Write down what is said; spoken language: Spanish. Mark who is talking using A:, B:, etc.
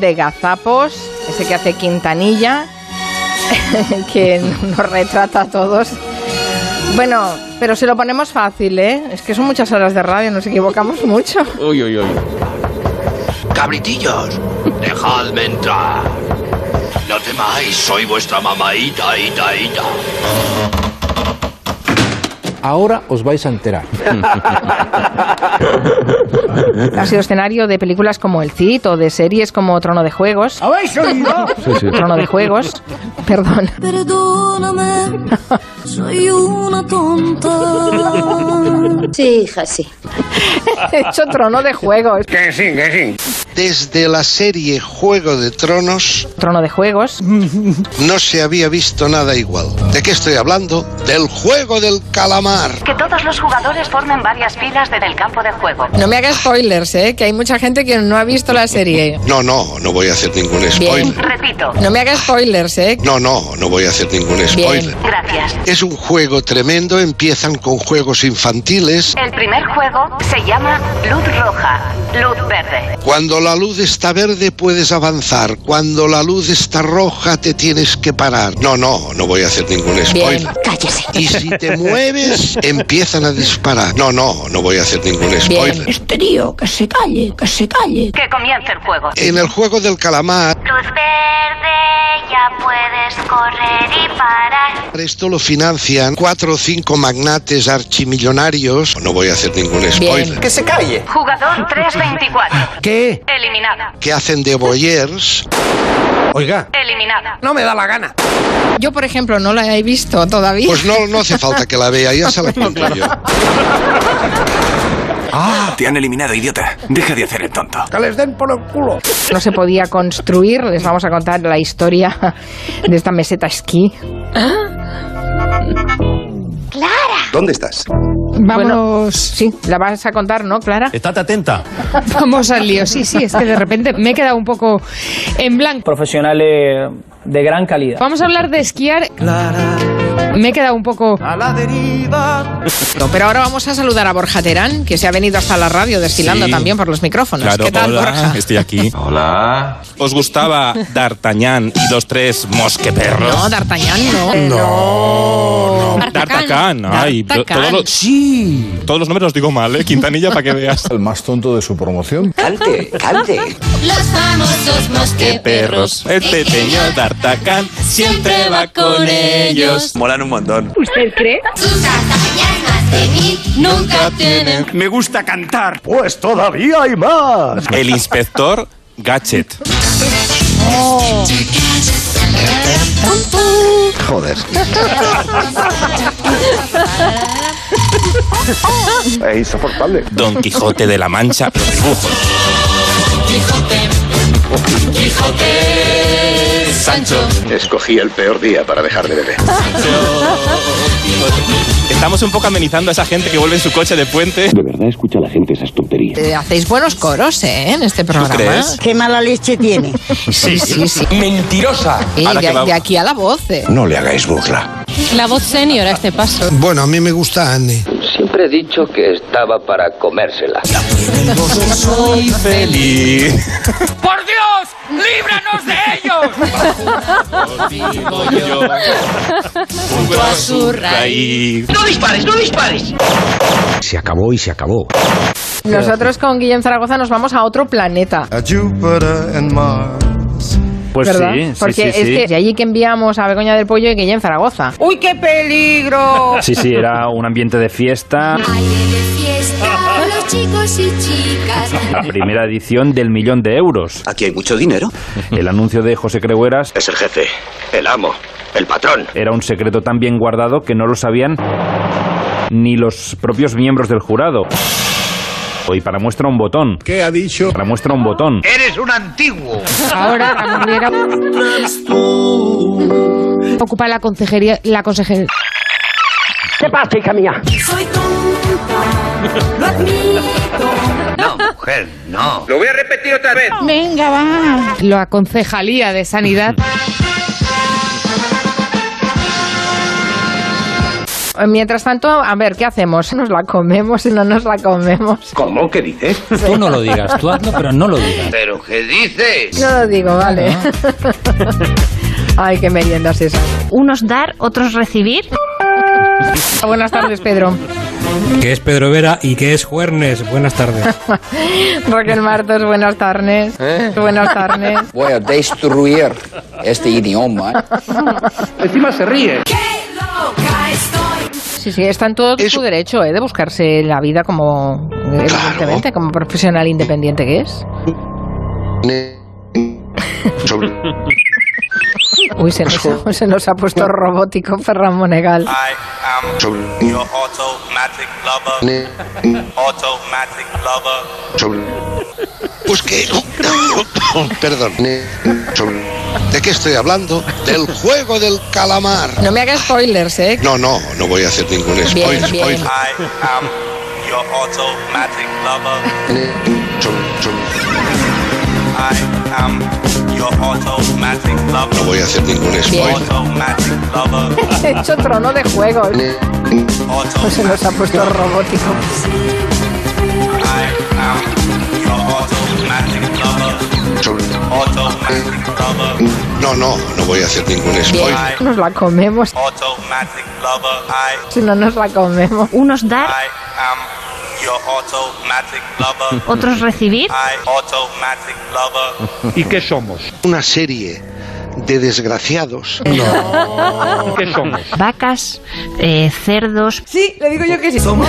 A: de gazapos, ese que hace Quintanilla, que nos retrata a todos. Bueno, pero se lo ponemos fácil, ¿eh? Es que son muchas horas de radio, nos equivocamos mucho.
B: Uy, uy, uy.
C: Cabritillos, dejadme entrar. No temáis, soy vuestra mamaita, ita, ita.
D: Ahora os vais a enterar.
A: Ha sido escenario de películas como El Cid o de series como Trono de Juegos.
D: ¿Habéis oído?
A: Trono de Juegos, perdón.
E: Perdóname, soy una tonta.
F: Sí, hija, sí.
A: He hecho Trono de Juegos.
G: Desde la serie Juego de Tronos
A: Trono de Juegos.
G: no se había visto nada igual. ¿De qué estoy hablando? Del juego del calamar.
H: Que todos los jugadores formen varias filas desde el campo de juego.
I: No me hagas spoilers, ¿eh? que hay mucha gente que no ha visto la serie.
G: No, no, no voy a hacer ningún spoiler.
H: Repito,
I: No me hagas spoilers, ¿eh?
G: No, no, no voy a hacer ningún spoiler.
H: gracias.
G: Es un juego tremendo, empiezan con juegos infantiles.
H: El primer juego se llama Luz Roja, Luz Verde.
G: Cuando la luz está verde puedes avanzar, cuando la luz está roja te tienes que parar. No, no, no voy a hacer ningún spoiler.
F: Cállese.
G: Y si te mueves, empiezan a disparar. No, no, no voy a hacer ningún spoiler.
F: Este tío, que se calle, que se calle.
H: Que comience el juego.
G: En el juego del calamar,
H: Luz Verde, ya puedes correr y parar.
G: esto lo financian cuatro o cinco magnates archimillonarios. No voy a hacer ningún spoiler.
I: Que se calle.
H: Jugador 324.
D: ¿Qué?
H: Eliminada,
G: Que hacen de boyers.
D: Oiga,
H: eliminada.
D: no me da la gana.
I: Yo, por ejemplo, no la he visto todavía.
G: Pues no, no hace falta que la vea, ya se la cuento yo.
J: Te han eliminado, idiota. Deja de hacer el tonto.
D: Que les den por el culo.
A: No se podía construir. Les vamos a contar la historia de esta meseta esquí.
D: ¿Dónde estás?
A: Bueno,
I: Vámonos,
A: sí, la vas a contar, ¿no, Clara?
B: Estad atenta.
I: vamos al lío. Sí, sí, es que de repente me he quedado un poco en blanco.
K: Profesionales de gran calidad.
I: Vamos a hablar de esquiar. Me he quedado un poco... Pero ahora vamos a saludar a Borja Terán, que se ha venido hasta la radio desfilando
B: Sí.
I: también por los micrófonos. ¿Qué tal,
B: hola,
I: Borja?
B: estoy aquí.
C: Hola.
B: ¿Os gustaba D'Artagnan y los tres mosqueperros?
I: No, D'Artagnan no.
B: No, no.
I: D'Artagnan.
B: D'Artagnan, ay, to-
I: D'Artagnan.
B: todos los-
D: Sí.
B: Todos los números los digo mal, ¿eh? Quintanilla, para que veas.
D: El más tonto de su promoción.
K: Cante, cante.
E: Los famosos mosqueperros.
B: El pequeño Este D'Artagnan siempre va con ellos.
J: Molan un montón.
E: Sus hazañas más de mil nunca tienen.
J: Me gusta cantar.
D: Pues todavía hay más.
B: El inspector Gadget.
D: Joder. Es insoportable.
B: Don Quijote de la Mancha, los dibujos.
C: Escogí el peor día para dejar de beber.
B: Estamos un poco amenizando a esa gente que vuelve en su coche de puente.
C: De verdad escucha la gente esas tonterías.
I: Eh, Hacéis buenos coros, ¿eh? En este programa.
B: crees?
F: Qué mala leche tiene.
I: Sí, sí, sí.
J: Mentirosa.
I: Eh,
B: Ahora que
I: de,
B: va-
I: de aquí a la voz, eh.
C: No le hagáis burla.
I: La voz senior a este paso.
G: Bueno, a mí me gusta Annie.
K: Siempre he dicho que estaba para comérsela.
B: Soy feliz.
K: ¡Por Dios! ¡Líbranos de ellos!
B: Junto a su raíz.
K: ¡No dispares, no dispares!
C: Se acabó y se acabó.
A: Nosotros con Guillem Zaragoza nos vamos a otro planeta.
L: Pues
A: ¿verdad?
L: sí, sí,
A: Porque
L: sí,
A: es
L: sí.
A: que de allí que enviamos a Begoña del Pollo y Guillem Zaragoza.
F: ¡Uy, qué peligro!
L: Sí, sí, era un ambiente de fiesta.
E: Aire de fiesta, los chicos y chicas.
L: La primera edición del millón de euros.
C: Aquí hay mucho dinero.
L: El anuncio de José Creueras
C: Es el jefe, el amo, el patrón.
L: era un secreto tan bien guardado que no lo sabían ni los propios miembros del jurado. Y para muestra un botón.
D: ¿Qué ha dicho?
L: Para muestra un botón.
I: Ahora Ramón Riera ocupa la consejería, la consejería.
K: ¿Qué pasa, hija mía?
E: Soy tonta, lo admito.
C: Lo voy a repetir otra vez.
I: Venga, va. La concejalía de sanidad.
A: Mientras tanto, a ver, ¿qué hacemos? ¿Nos la comemos y no nos la comemos?
M: ¿Cómo? ¿Qué dices?
N: Tú no lo digas, tú hazlo, pero no lo digas.
M: ¿Pero qué dices?
A: No lo digo, vale. Ay, qué meriendas esas.
O: Unos dar, otros recibir.
A: Buenas tardes, Pedro.
N: ¿Qué es Pedro Vera y qué es Juernes? Buenas tardes.
A: Raquel Martos, buenas tardes. Buenas tardes.
P: Voy a destruir este idioma.
M: Encima se ríe.
A: Sí, sí, está en todo su derecho ¿eh? de buscarse la vida como, evidentemente, como profesional independiente que es.
G: Sobre-
A: Uy, se nos, se nos ha puesto robótico Ferran Monegal.
G: sobre- sobre- Pues que... Perdón. Sobre- ¿De qué estoy hablando? Del juego del calamar.
A: No me hagas spoilers, ¿eh?
G: No, no, no voy a hacer ningún spoiler.
A: Bien, bien.
G: spoiler. No voy a hacer ningún spoiler.
A: He hecho trono de juego. Pues Se nos ha puesto robótico.
G: Sobre- No, no, no voy a hacer ningún
A: Bien,
G: spoiler.
A: nos la comemos. Si no nos la comemos.
O: Unos dar, otros recibir.
G: ¿Y qué somos? Una serie de desgraciados.
O: Vacas, eh, cerdos.
A: Sí, le digo yo que sí.
O: Somos.